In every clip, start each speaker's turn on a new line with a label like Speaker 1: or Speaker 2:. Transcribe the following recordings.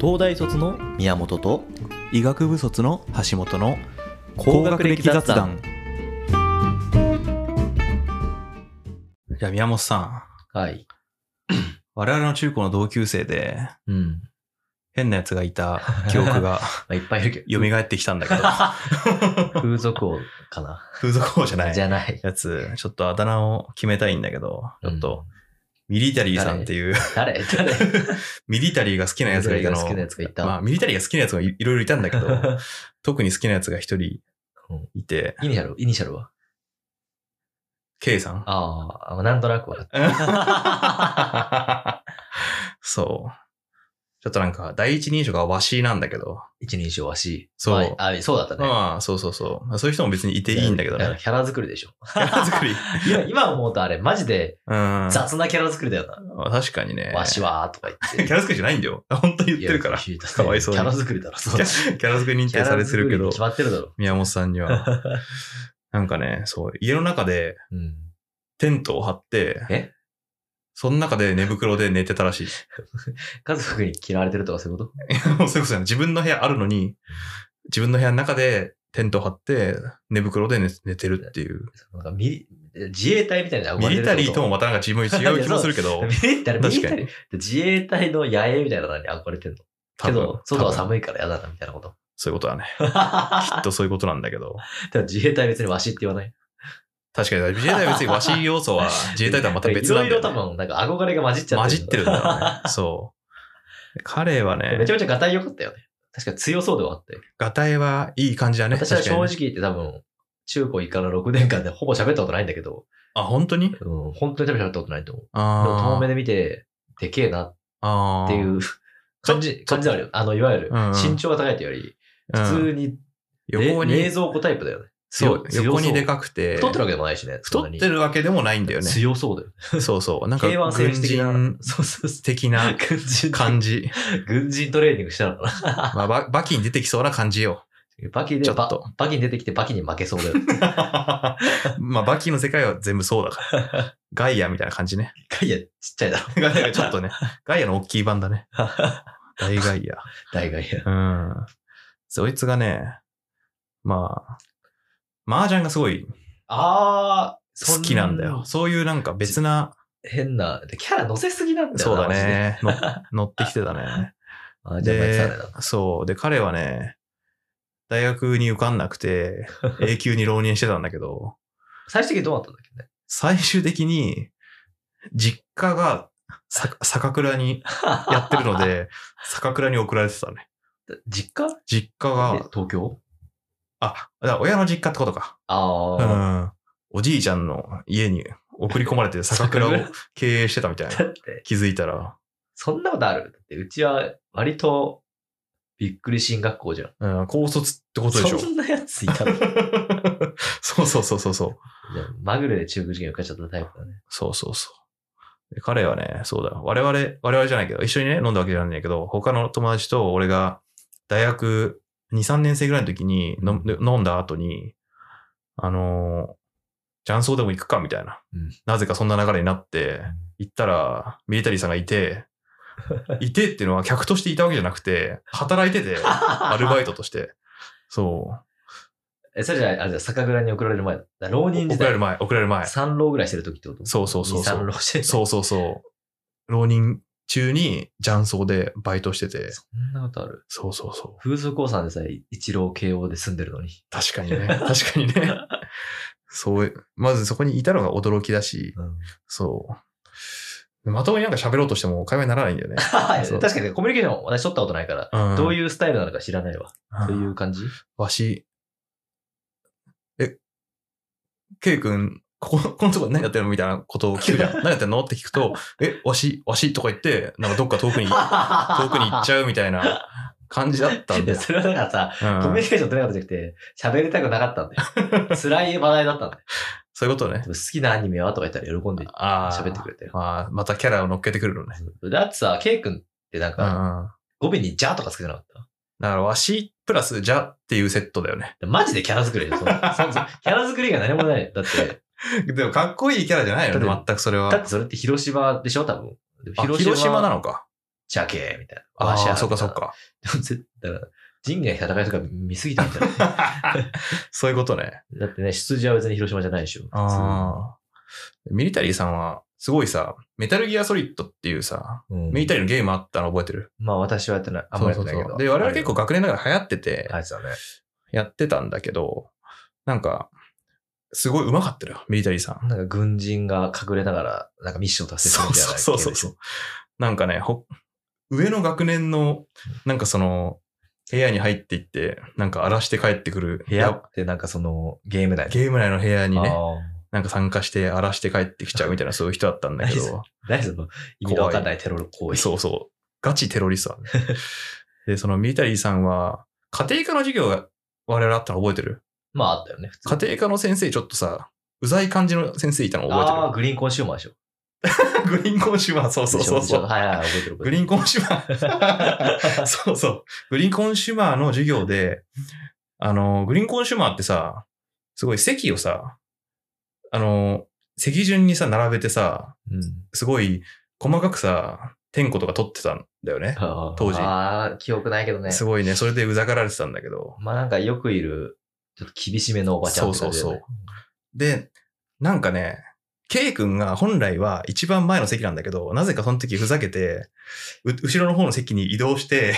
Speaker 1: 東大卒の宮本と
Speaker 2: 医学部卒の橋本の
Speaker 1: 高
Speaker 2: 高
Speaker 1: 学
Speaker 2: 学
Speaker 1: 歴
Speaker 2: 歴
Speaker 1: 雑
Speaker 2: 雑
Speaker 1: 談
Speaker 2: 談いや宮本さん
Speaker 1: はい
Speaker 2: 我々の中高の同級生で
Speaker 1: うん、
Speaker 2: 変なやつがいた記憶 が
Speaker 1: まあ、いっぱいいるけど
Speaker 2: 蘇ってきたん だけど
Speaker 1: 風俗王かな
Speaker 2: 風俗王じゃない
Speaker 1: じゃない
Speaker 2: やつちょっとあだ名を決めたいんだけどちょっと、ミリタリーさんっていう
Speaker 1: 誰誰
Speaker 2: ミリタリーが好きなやつがいたの
Speaker 1: ミリタリーが好きなやつがいた
Speaker 2: まあ、ミリタリーが好きなやつがいいろいろいたんだけど 特に好きなやつが一人
Speaker 1: うん
Speaker 2: いて
Speaker 1: イニシャルイニシャルは
Speaker 2: K さん
Speaker 1: ああなんとなくは
Speaker 2: そう。ちょっとなんか、第一人称がわしなんだけど。
Speaker 1: 一人称はし
Speaker 2: そう
Speaker 1: まあ、あそうだったね、
Speaker 2: まあ、そうそうそうまあ。そういう人も別にいていいんだけど
Speaker 1: から
Speaker 2: ね。
Speaker 1: キャラ作りでしょ
Speaker 2: キャラ作 り。
Speaker 1: 今今思うとあれマジで
Speaker 2: うん。
Speaker 1: 雑なキャラ作りだよな、
Speaker 2: 確かにね。
Speaker 1: わし。はーとか言って
Speaker 2: キャラ作りじゃないんだよ。 本当に言ってるから。
Speaker 1: い
Speaker 2: キ
Speaker 1: やいや
Speaker 2: かわいそうに
Speaker 1: キャラ作り だろ、そう。
Speaker 2: ャキャラ作り認定されてるけど
Speaker 1: キャラ作りに決、まってるだろ。
Speaker 2: 宮本さんには。 なんかね、そう、家の中で
Speaker 1: うん。
Speaker 2: テントを張って、
Speaker 1: え
Speaker 2: その中で寝袋で寝てたらしい。
Speaker 1: 家族に嫌われてるとかそういうこと
Speaker 2: もうそれこそね自分の部屋あるのに、自分の部屋の中でテント張って、寝袋で寝寝てるっていう。
Speaker 1: なんかミリ自衛隊みたいなのに
Speaker 2: ミ
Speaker 1: 憧れ
Speaker 2: リタ
Speaker 1: てる
Speaker 2: リ
Speaker 1: って
Speaker 2: ー
Speaker 1: こと
Speaker 2: もまたなんか自分違う気もするけど
Speaker 1: ミ、リタリー、ミ
Speaker 2: 確
Speaker 1: リ
Speaker 2: か
Speaker 1: タリー
Speaker 2: に。
Speaker 1: 自衛隊の野営みたいなのに憧れてるの。けど、外は
Speaker 2: い。
Speaker 1: 寒いから嫌だな、みたいなこと。
Speaker 2: そういうこと だね。きっとそういうことなんだけど。
Speaker 1: でも自衛隊別にわしって言わない。
Speaker 2: 確かに、自衛隊は別に和紙要素は、自衛隊とはまた別なんだ
Speaker 1: いろ
Speaker 2: よ、
Speaker 1: いろ多
Speaker 2: ね。
Speaker 1: 分、なんか憧れが混じっちゃ
Speaker 2: 混
Speaker 1: って
Speaker 2: じ
Speaker 1: る。
Speaker 2: ってるんだろうね。そう。彼はね
Speaker 1: めち、ゃめちゃガタイ良かったよね。確かに強そうではあったよ。
Speaker 2: ガタイはいい感じだね。
Speaker 1: 私は
Speaker 2: 確
Speaker 1: 正
Speaker 2: か
Speaker 1: 直
Speaker 2: に
Speaker 1: 言って多分、中高以下の6年間でほぼ喋ったことないんだけど、
Speaker 2: あ、本当に
Speaker 1: うん、本当に多分喋ったことないと思う。でも
Speaker 2: あ
Speaker 1: 遠目
Speaker 2: ー
Speaker 1: で見て、でけえなっ
Speaker 2: あー。
Speaker 1: ていう 感じ、感じあるよ。あの、いわゆる
Speaker 2: うんうん、
Speaker 1: 身長が高いというより、
Speaker 2: うん、
Speaker 1: 普通に、
Speaker 2: 横
Speaker 1: れ冷
Speaker 2: に、
Speaker 1: 蔵庫タイプだよね。
Speaker 2: そう、
Speaker 1: 強
Speaker 2: 横にで
Speaker 1: い。
Speaker 2: かくて、
Speaker 1: 太ってるわけでもないしね。
Speaker 2: 太って
Speaker 1: る
Speaker 2: るわけでもないんだよね。
Speaker 1: 強そうだよ。
Speaker 2: そうそう。なんか、
Speaker 1: 平和
Speaker 2: 軍
Speaker 1: 政治的な
Speaker 2: 人。
Speaker 1: そうそうそ
Speaker 2: 的
Speaker 1: う。
Speaker 2: な
Speaker 1: 軍人、
Speaker 2: 感じ。
Speaker 1: 軍人トレーニングしたのかな。
Speaker 2: まあ、ババキに出てきそうな感じよ。
Speaker 1: バキ
Speaker 2: ち
Speaker 1: で、
Speaker 2: ょっ
Speaker 1: バ
Speaker 2: と
Speaker 1: バキに出てきてバキに負 けそうだよ。
Speaker 2: まあ、バキの世界は全部そうだ から。ガイアみたいな感じね。
Speaker 1: いや、ちっちゃい だろ。
Speaker 2: ガイアがちょっとね、ガイアの大きい版だね。大ガイ
Speaker 1: 大概や。
Speaker 2: ア。うん。そいつがね、まあ、麻雀がすごい
Speaker 1: あー、
Speaker 2: 好きなんだよ。。そういうなんか別な、
Speaker 1: 変な、でキャラ乗せすぎなんだよ
Speaker 2: そう
Speaker 1: な
Speaker 2: だ。ね。の乗ってきてた ね。
Speaker 1: マジであ、じゃあ、マ
Speaker 2: で
Speaker 1: イクさんだよ、
Speaker 2: そう。で、彼はね、大学に受かんなくて、永久に浪人してたんだけど、
Speaker 1: 最終的にどうなったんだっけ ね。
Speaker 2: 最終的に、実家がさ酒蔵にやってるので、酒蔵に送られてたね。
Speaker 1: 実家
Speaker 2: 実家
Speaker 1: え
Speaker 2: が、
Speaker 1: 東京
Speaker 2: あ、だから親の実家ってことか。
Speaker 1: あ
Speaker 2: う
Speaker 1: あ、
Speaker 2: ん。おじいちゃんの家に送り込まれて酒 蔵を
Speaker 1: 酒蔵
Speaker 2: 経営してたみたい
Speaker 1: だ
Speaker 2: な。
Speaker 1: って、
Speaker 2: 気づいたら、
Speaker 1: そんなことあるだって、うちは割と、びっくり進学校じゃん。
Speaker 2: うん、高卒ってことでしょ
Speaker 1: そ。んなやつ いたのじゃあ
Speaker 2: そうそうそうそうそう。
Speaker 1: まぐれで中学受験受かっちゃったタイプだね。
Speaker 2: そうそうそう。で彼はね、そうだ、我々、我々じゃないけど、一緒にね、飲んだわけじゃないんだけど、他の友達と俺が、大学2、3年生ぐらいの時に飲ん飲んだ後に、あのー、雀荘でも行くかみたいな、
Speaker 1: うん
Speaker 2: なぜかそんな流れになって、行ったら、ミリタリーさんがい て、いてっていうのは客としていたわけじゃなくて、働いて て、アルバイトとして。そう。
Speaker 1: え、それじゃあ、あれじゃ酒蔵に送られる前だ。だ浪人時
Speaker 2: 送られ
Speaker 1: 代
Speaker 2: る。前、送られる前。
Speaker 1: 三浪ぐらいしてる時ってこと
Speaker 2: そうそうそうそう
Speaker 1: 二三浪してる。
Speaker 2: そうそうそう。浪人中に雀荘でバイトしてて。
Speaker 1: そんなことある。
Speaker 2: そうそうそう。
Speaker 1: 風俗王さんでさえ一浪慶応で住んでるのに。
Speaker 2: 確かにね。確かにね。そう、まずそこにいたのが驚きだし、
Speaker 1: うん、
Speaker 2: そう。まともになんか喋ろうとしても会話にならないんだよね。そう
Speaker 1: 確かにコミュニケーション私取ったことないから、
Speaker 2: うん
Speaker 1: どういうスタイルなのか知らないわ。
Speaker 2: うん
Speaker 1: という 感じ
Speaker 2: わし、え、ケイ君、ここ、このとこ何やってんのみたいなことを聞くじゃん。 何やってんのって聞くと、え、わし、わしとか言って、なんかどっか遠 くに、遠くに行っち
Speaker 1: ゃ
Speaker 2: ゃうみたいな感じだったん
Speaker 1: い
Speaker 2: だ
Speaker 1: や、
Speaker 2: よ。
Speaker 1: それはだからさ、
Speaker 2: うん
Speaker 1: コミュニケーション取れなかったじゃなくて、喋りたくなかったんだ よ。辛い話題だったんだよ。
Speaker 2: そういうことね
Speaker 1: で。も好きなアニメはとか言ったら喜んで
Speaker 2: ああ。
Speaker 1: 喋ってくれて。
Speaker 2: まあ、またキャラを乗っけてくるのね。
Speaker 1: だってさ、ケイ君ってなん
Speaker 2: うんう
Speaker 1: か、
Speaker 2: ん。
Speaker 1: 語尾にジャーとかつけてなかった
Speaker 2: だから、わしプラスじゃっていうセットだよ ね。
Speaker 1: でマジでキャラ作りだよ。そ のそもそもキャラ作りが何もない。だって、
Speaker 2: でも、かっこいいキャラじゃないよね。
Speaker 1: だって
Speaker 2: 全くそれは。
Speaker 1: だってそれって広島でしょ多分。
Speaker 2: あ広島なのか。
Speaker 1: じゃけーみたいな。
Speaker 2: あ
Speaker 1: わしゃ
Speaker 2: あ、
Speaker 1: ー
Speaker 2: そっかそっ
Speaker 1: みたい
Speaker 2: か。
Speaker 1: な。でも絶対、だから、 人外戦いとか見すぎたみたいな。
Speaker 2: そういうことね。
Speaker 1: だってね、出自は別に広島じゃないでしょ。普通
Speaker 2: ああ。ミリタリーさんは、すごいさ、メタルギアソリッドっていうさ、
Speaker 1: うん
Speaker 2: ミリタリーのゲームあったの覚えてる
Speaker 1: まあ私はやってない。あんまりやってないけど。
Speaker 2: で、我々結構学年の中で流行ってて、
Speaker 1: あれですよね。
Speaker 2: やってたんだけど、なんか、すごい上手かったよ、ミリタリーさん。
Speaker 1: なんか軍人が隠れながら、なんかミッション達成する
Speaker 2: そう
Speaker 1: みたいな系でし
Speaker 2: そ
Speaker 1: ょ。
Speaker 2: うそうそう。なんかね、ほ、上の学年の、なんかその、部屋に入っていって、なんか荒らして帰ってくる
Speaker 1: 部屋ってなんかそのゲーム内で。
Speaker 2: ゲーム内の部屋にね、
Speaker 1: あー
Speaker 2: なんか参加して荒らして帰ってきちゃう みたいなそういう人だったんだけど、
Speaker 1: 何その意味のわかんないテロ行為。
Speaker 2: そうそう、ガチテロリスト だね。で、そのミリタリーさんは、家庭科の授業が我々あったの覚えてる
Speaker 1: まああったよね、普通
Speaker 2: 家庭科の先生ちょっとさ、うざい感じの先生いたの覚えてる
Speaker 1: ああ、グリーンコンシューマーでしょ。
Speaker 2: グリーンコンシューマー、そうそうそう
Speaker 1: でしょ
Speaker 2: そ
Speaker 1: で
Speaker 2: う。
Speaker 1: しょはいはい、覚えてる。
Speaker 2: グリーンコンシューマー。 そうそう。グリーンコンシューマーの授業で、あの、グリーンコンシューマーってさ、すごい席をさ、あの、席順にさ、並べてさ、
Speaker 1: ン。 うん。
Speaker 2: すごい細かくさ、点呼とか取ってたんだよね。
Speaker 1: あー
Speaker 2: 当時
Speaker 1: ああ、記憶ないけどね。
Speaker 2: すごいね、それでうざがられてたんだけど。
Speaker 1: まあなんかよくいる、ちょっと厳しめのおばちゃんって感じだよね。
Speaker 2: そうで、なんかね、K 君が本来は一番前の席なんだけど、なぜかその時ふざけて、う後ろの方の席に移動 して、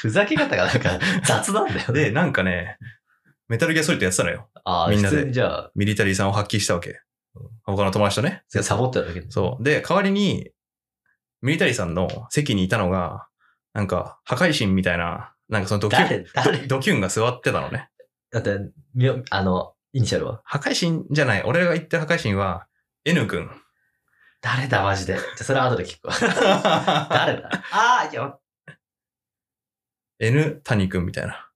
Speaker 1: ふざけ方 がなんか雑なんだよね。
Speaker 2: で、なんかね、メタルギアソリッドやってたのよ。
Speaker 1: ああ、
Speaker 2: みん
Speaker 1: 普
Speaker 2: なで
Speaker 1: 通にじゃあ、
Speaker 2: ミリタリーさんを発揮したわけ。他の友達とね。
Speaker 1: サボってただけで
Speaker 2: そう。で、代わりに、ミリタリーさんの席にいたのが、なんか、破壊神みたいな、なんかそのドキュン、
Speaker 1: 誰誰
Speaker 2: ドキュンが座ってたのね。
Speaker 1: だって、みよあの、イニシャルは
Speaker 2: 破壊神じゃない。俺が言ってる破壊神は、N 君。
Speaker 1: 誰だ、マジで。じゃあ、それは後で聞くわ。
Speaker 2: 誰
Speaker 1: 誰だああ、いや。
Speaker 2: ?N 谷君みたいな。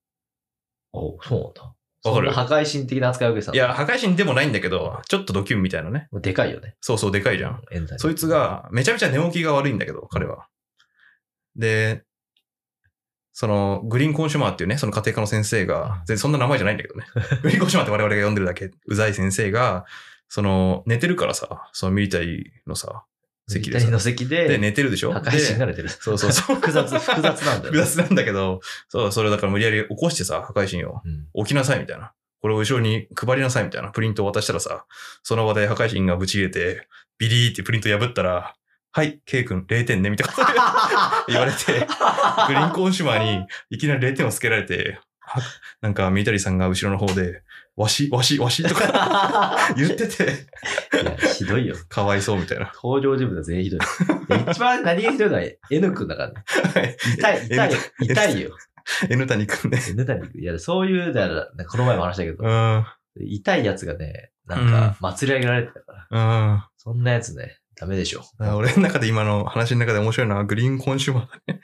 Speaker 1: おそうなんだ。
Speaker 2: わかる
Speaker 1: そんな破壊神的な扱いを受けてたの
Speaker 2: いや、破壊神でもないんだけど、ちょっとドキュンみたいなね。
Speaker 1: もうでかいよね。
Speaker 2: そうそう、でかいじゃん。
Speaker 1: エンタに
Speaker 2: そいつ、が、めちゃめちゃ寝起きが悪いんだけど、彼は。で、その、グリーンコンシュマーっていうね、その家庭科の先生が、全然そんな名前じゃないんだけど ね。グリーンコンシュマーって我々が呼んでるだけ、うざい先生が、その、寝てるからさ、そのミリタリーのさ、席で
Speaker 1: 左
Speaker 2: さ
Speaker 1: の。席
Speaker 2: で、
Speaker 1: で、
Speaker 2: 寝てるでしょ
Speaker 1: 破壊神が
Speaker 2: で
Speaker 1: 出てる。
Speaker 2: そうそうそう。
Speaker 1: 複雑、複雑なんだよ
Speaker 2: 複
Speaker 1: ね。
Speaker 2: 雑なんだけど、そう、それをだから無理やり起こしてさ、破壊神を。
Speaker 1: うん
Speaker 2: 起きなさいみたいな。これを後ろに配りなさいみたいな。プリントを渡したらさ、その場で破壊神がぶち入れて、ビリーってプリント破ったら、はい、K 君0点ね、みたいなこと 言われて、グリーンコンシュマーにいきなり0点をつけられて、はなんか、ミリタリーさんが後ろの方で、わし、わし、わしとか 言ってて、
Speaker 1: いや、ひどいよ。
Speaker 2: かわいそうみたいな。
Speaker 1: 登場人物は全員ひどい。一番何がひどいのは N 君だからね。痛い、痛い、痛いよ。
Speaker 2: N 谷君ね。
Speaker 1: N 谷君。いや、そういう、だから、なんかこの前も話したけど
Speaker 2: う、ん、うん。
Speaker 1: 痛いやつがね、なんか、祭り上げられてたから。
Speaker 2: だ
Speaker 1: そんなやつね、ダメでしょ。
Speaker 2: から俺の中で今の話の中で面白いのは、グリーンコンシュマーだね。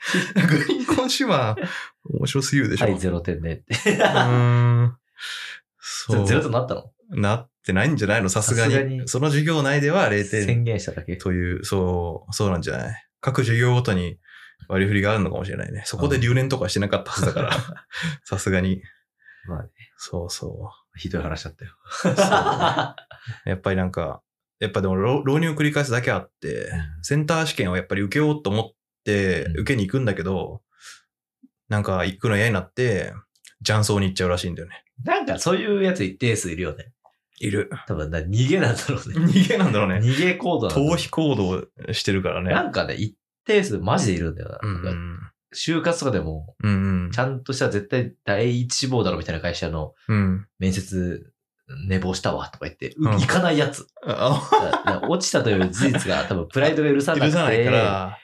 Speaker 2: グリーンコンシュマー、面白すぎるでしょ。
Speaker 1: はい、0点ねって。
Speaker 2: うーんそう。
Speaker 1: 0となったの
Speaker 2: なってないんじゃないのさすが
Speaker 1: さすが
Speaker 2: に。
Speaker 1: に
Speaker 2: その授業内では0点
Speaker 1: 宣言しただけ。
Speaker 2: という、そう、そうなんじゃない各授業ごとに割り振りがあるのかもしれないね。そこで留年とかしてなかったはずだから、 さすがに。
Speaker 1: まあね
Speaker 2: そうそ
Speaker 1: ひどい話だっ たよ。
Speaker 2: う。そうやっぱりなんか、やっぱでも浪浪人を繰り返すだけあって、センター試験をやっぱり受けようと思って
Speaker 1: うん
Speaker 2: 受けに行くんだけど、なんか行くの嫌になって、雀荘に行っちゃうらしいんだよね。
Speaker 1: なんかそういうやつ一定数いるよね。
Speaker 2: いる。
Speaker 1: 多分な、逃げなんだろうね。
Speaker 2: 逃げ なんだろうね。
Speaker 1: 逃げ行動なんだろう
Speaker 2: 逃避行動してるから
Speaker 1: な
Speaker 2: ね。
Speaker 1: んかね、一定数マジでいるんだよな。
Speaker 2: うんうん。
Speaker 1: 就活とかでも、
Speaker 2: うんうん
Speaker 1: ちゃんとした絶対第一志望だろみたいな会社の
Speaker 2: うん。
Speaker 1: 面接寝坊したわとか言って、
Speaker 2: う
Speaker 1: う
Speaker 2: ん
Speaker 1: 行かないやつ。
Speaker 2: あ、
Speaker 1: だ から落ちたという事実が多分プライドが許さなく
Speaker 2: 許
Speaker 1: て、
Speaker 2: さないから、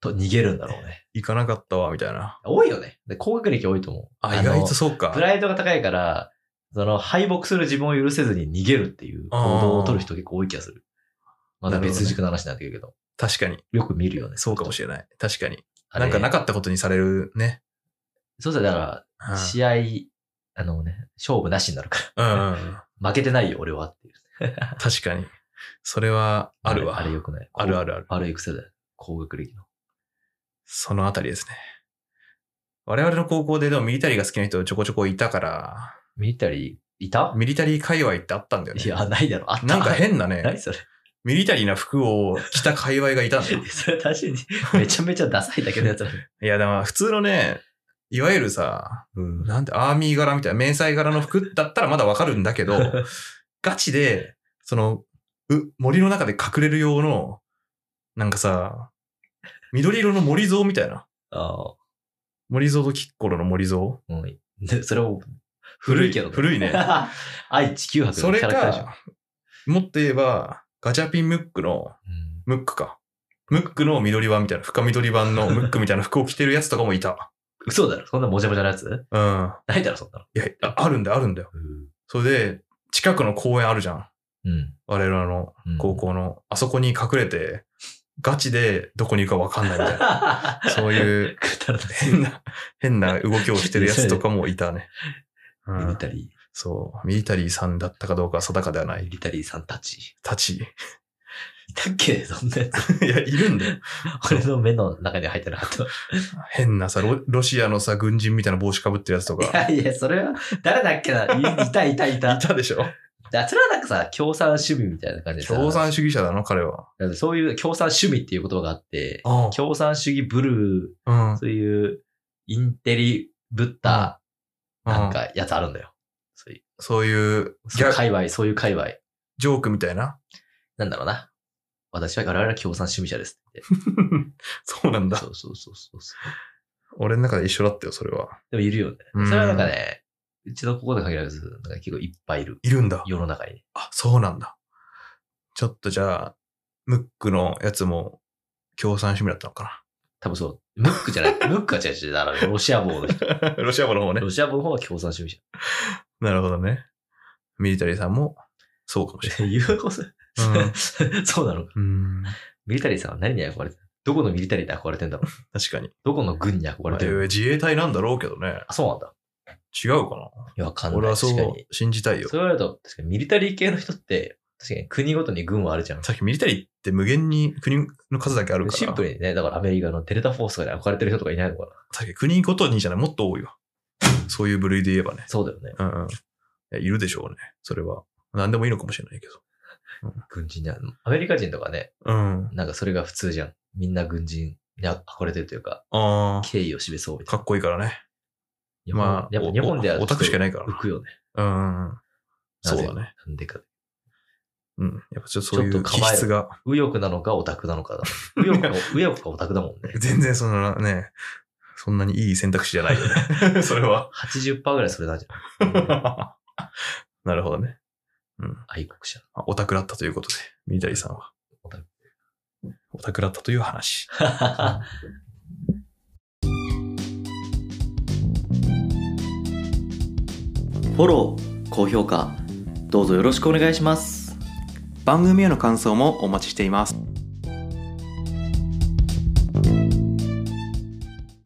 Speaker 1: と逃げるんだろうね。
Speaker 2: 行かなかったわ、みたいな。
Speaker 1: 多いよね。で高学歴多いと思う。
Speaker 2: あ、
Speaker 1: の
Speaker 2: 意外とそうか
Speaker 1: プ。ライドが高いから、その敗北する自分を許せずに逃げるっていう行動を取る人結構多い気がする。まだ別軸の話になってくるけど。
Speaker 2: 確かに。
Speaker 1: よく見るよね。
Speaker 2: そうかもしれない。確かに。
Speaker 1: あれ
Speaker 2: なんかなかったことにされるね。
Speaker 1: そうそう、だか
Speaker 2: う
Speaker 1: ら、
Speaker 2: ん
Speaker 1: 試合、あのね、勝負なしになるか
Speaker 2: うんうん。
Speaker 1: ら。負 けてないよ、俺はっていう。
Speaker 2: 確かに。それはあるわ。
Speaker 1: あれよくない。
Speaker 2: あるあるある。
Speaker 1: 悪い癖だよ。高学歴の。
Speaker 2: そのあたりですね。我々の高校ででもミリタリーが好きな人ちょこちょこいたから、
Speaker 1: ミリタリー、いた
Speaker 2: ミリタリー界隈ってあったんだよね。
Speaker 1: いや、ないだろ。あった
Speaker 2: なんか変な
Speaker 1: 何
Speaker 2: ね、
Speaker 1: それ。
Speaker 2: ミリタリーな服を着た界隈がいたんだよ。
Speaker 1: それ確かに、めちゃめちゃダサいだけのやつだ。
Speaker 2: いや、でも普通のね、いわゆるさ、
Speaker 1: うん。
Speaker 2: なんて、アーミー柄みたいな、迷彩柄の服だったらまだわかるんだ けど、ガチで、その、う、森の中で隠れる用の、なんかさ、緑色の森像みたいな。
Speaker 1: ああ、
Speaker 2: 森像とキッコロの森像
Speaker 1: うん。でそれを、古いけど、
Speaker 2: 古いね。
Speaker 1: 愛知九博
Speaker 2: そ
Speaker 1: の
Speaker 2: れ
Speaker 1: キャラクターじゃん。
Speaker 2: か、もっと言えば、ガチャピンムックの、
Speaker 1: うん
Speaker 2: ムックか。ムックの緑版みたいな、深緑版のムックみたいな服を着てるやつとかもいた。
Speaker 1: 嘘だろそんなもじゃもじゃなやつ
Speaker 2: うん。
Speaker 1: ないだろ、そんなの。
Speaker 2: いや、ああるんだよ、あるんだよ。それで、近くの公園あるじゃん。
Speaker 1: うん。
Speaker 2: 我々の
Speaker 1: うん
Speaker 2: 高。校の。あそこに隠れて、ガチでどこに行くかわかんないみた いな。そういう
Speaker 1: くだらない。
Speaker 2: 変な、変な動きをしてるやつとかもいたね。う
Speaker 1: ミリ
Speaker 2: ん、
Speaker 1: タリ
Speaker 2: そう。ミリタリーさんだったかどうかは定かではな
Speaker 1: ー、
Speaker 2: い
Speaker 1: ミ。リタリーさんたち。
Speaker 2: たち。
Speaker 1: いたっけそんなや つ。
Speaker 2: いや、いるんだよ。
Speaker 1: 俺の目の中には入ってなかっ
Speaker 2: 変なさロ、ロシアのさ、軍人みたいな帽子かぶってるやつとか。
Speaker 1: た。いやいや、それは、誰だっけないいたいた いた。
Speaker 2: いたでしょ
Speaker 1: でそれはなんかさ、共産主義みたいな感じでさ。
Speaker 2: 共産主義者だな、彼は。
Speaker 1: だってそういう共産趣味っていう言葉があって、
Speaker 2: あ
Speaker 1: 共産主義ブル
Speaker 2: あ。う
Speaker 1: ー、
Speaker 2: ん。
Speaker 1: そういうインテリブッダーなんかやつあるんだよ。そういう、
Speaker 2: そういう、ギ
Speaker 1: そういう
Speaker 2: ャ
Speaker 1: 界隈、そういう界隈。
Speaker 2: ジョークみたい な。
Speaker 1: なんだろうな。私は我々は共産主義者ですって。
Speaker 2: そうなんだ
Speaker 1: そ。うそうそうそうそう。
Speaker 2: 俺の中で一緒だったよ、それは。
Speaker 1: でもいるよね。
Speaker 2: うん
Speaker 1: それはなんかね、うちのここで限らず、なんか結構いっぱいいる。
Speaker 2: いるんだ。
Speaker 1: 世の中に。
Speaker 2: あ、そうなんだ。ちょっとじゃあ、ムックのやつも共産趣味だったのか
Speaker 1: 多分そう。ムッ クじゃない。ムックは違う違う。だからロシア棒の人。
Speaker 2: な。ロシア語の方ね
Speaker 1: ロ。シア棒の方が共産主義者。
Speaker 2: なるほどね。ミリタリーさんもそうかも しれ
Speaker 1: 言う こと、
Speaker 2: ない。
Speaker 1: そうなのか。
Speaker 2: うん。うん
Speaker 1: ミリタリーさんは何に憧れてるどこのミリタリーに憧れてんだろう
Speaker 2: 確かに。
Speaker 1: どこの軍に憧れて
Speaker 2: まあ
Speaker 1: る
Speaker 2: 自衛隊なんだろうけどね。
Speaker 1: あ、そうなんだ。
Speaker 2: 違うか
Speaker 1: いや、わか
Speaker 2: なん俺
Speaker 1: ない。
Speaker 2: はそ
Speaker 1: 確かに。
Speaker 2: う信じたいよ
Speaker 1: そう。言われると、確かにミリタリー系の人って、確かに国ごとに軍はあるじゃん。
Speaker 2: さっきミリタリーって無限に国の数だけあるから。
Speaker 1: シンプルにね、だからアメリカのデルタフォースとかに憧れてる人とかいないのかな。
Speaker 2: 確かに国ごとにじゃない、もっと多いわ。そういう部類で言えばね。
Speaker 1: そうだよね。
Speaker 2: うんうん。いやいるでしょうね。それは。何でもいいのかもしれないけど。
Speaker 1: 軍人にはアメリカ人とかね、
Speaker 2: うん。
Speaker 1: なんかそれが普通じゃん。みんな軍人に憧れてるというか、
Speaker 2: あ
Speaker 1: 敬意を示そう
Speaker 2: あ、
Speaker 1: み
Speaker 2: か
Speaker 1: たい
Speaker 2: っこいいからね。
Speaker 1: な。
Speaker 2: まあ、
Speaker 1: やっぱ日本では
Speaker 2: おオタクしかい
Speaker 1: ない。
Speaker 2: ないから
Speaker 1: 浮くよね。
Speaker 2: な。うん。そうだね。
Speaker 1: なんでか。
Speaker 2: うん。やっぱちょっとそうい
Speaker 1: ちょ
Speaker 2: う
Speaker 1: っと構
Speaker 2: 気
Speaker 1: え
Speaker 2: 質 が、
Speaker 1: 右翼なのかオタクなのかだ。右翼か、 右翼かオタクだもんね。
Speaker 2: 全然そんなね、そんなにいい選択肢じゃないよ ね。それは。
Speaker 1: 80%ぐらいそれなんじゃない
Speaker 2: なるほどね。うん。
Speaker 1: 愛国者。
Speaker 2: まあオタクだったということで、ミリタリーさんは。
Speaker 1: オタク
Speaker 2: オタクだったという話。
Speaker 1: フォロー、高評価、どうぞよろしくお願いします。
Speaker 2: 番組への感想もお待ちしています。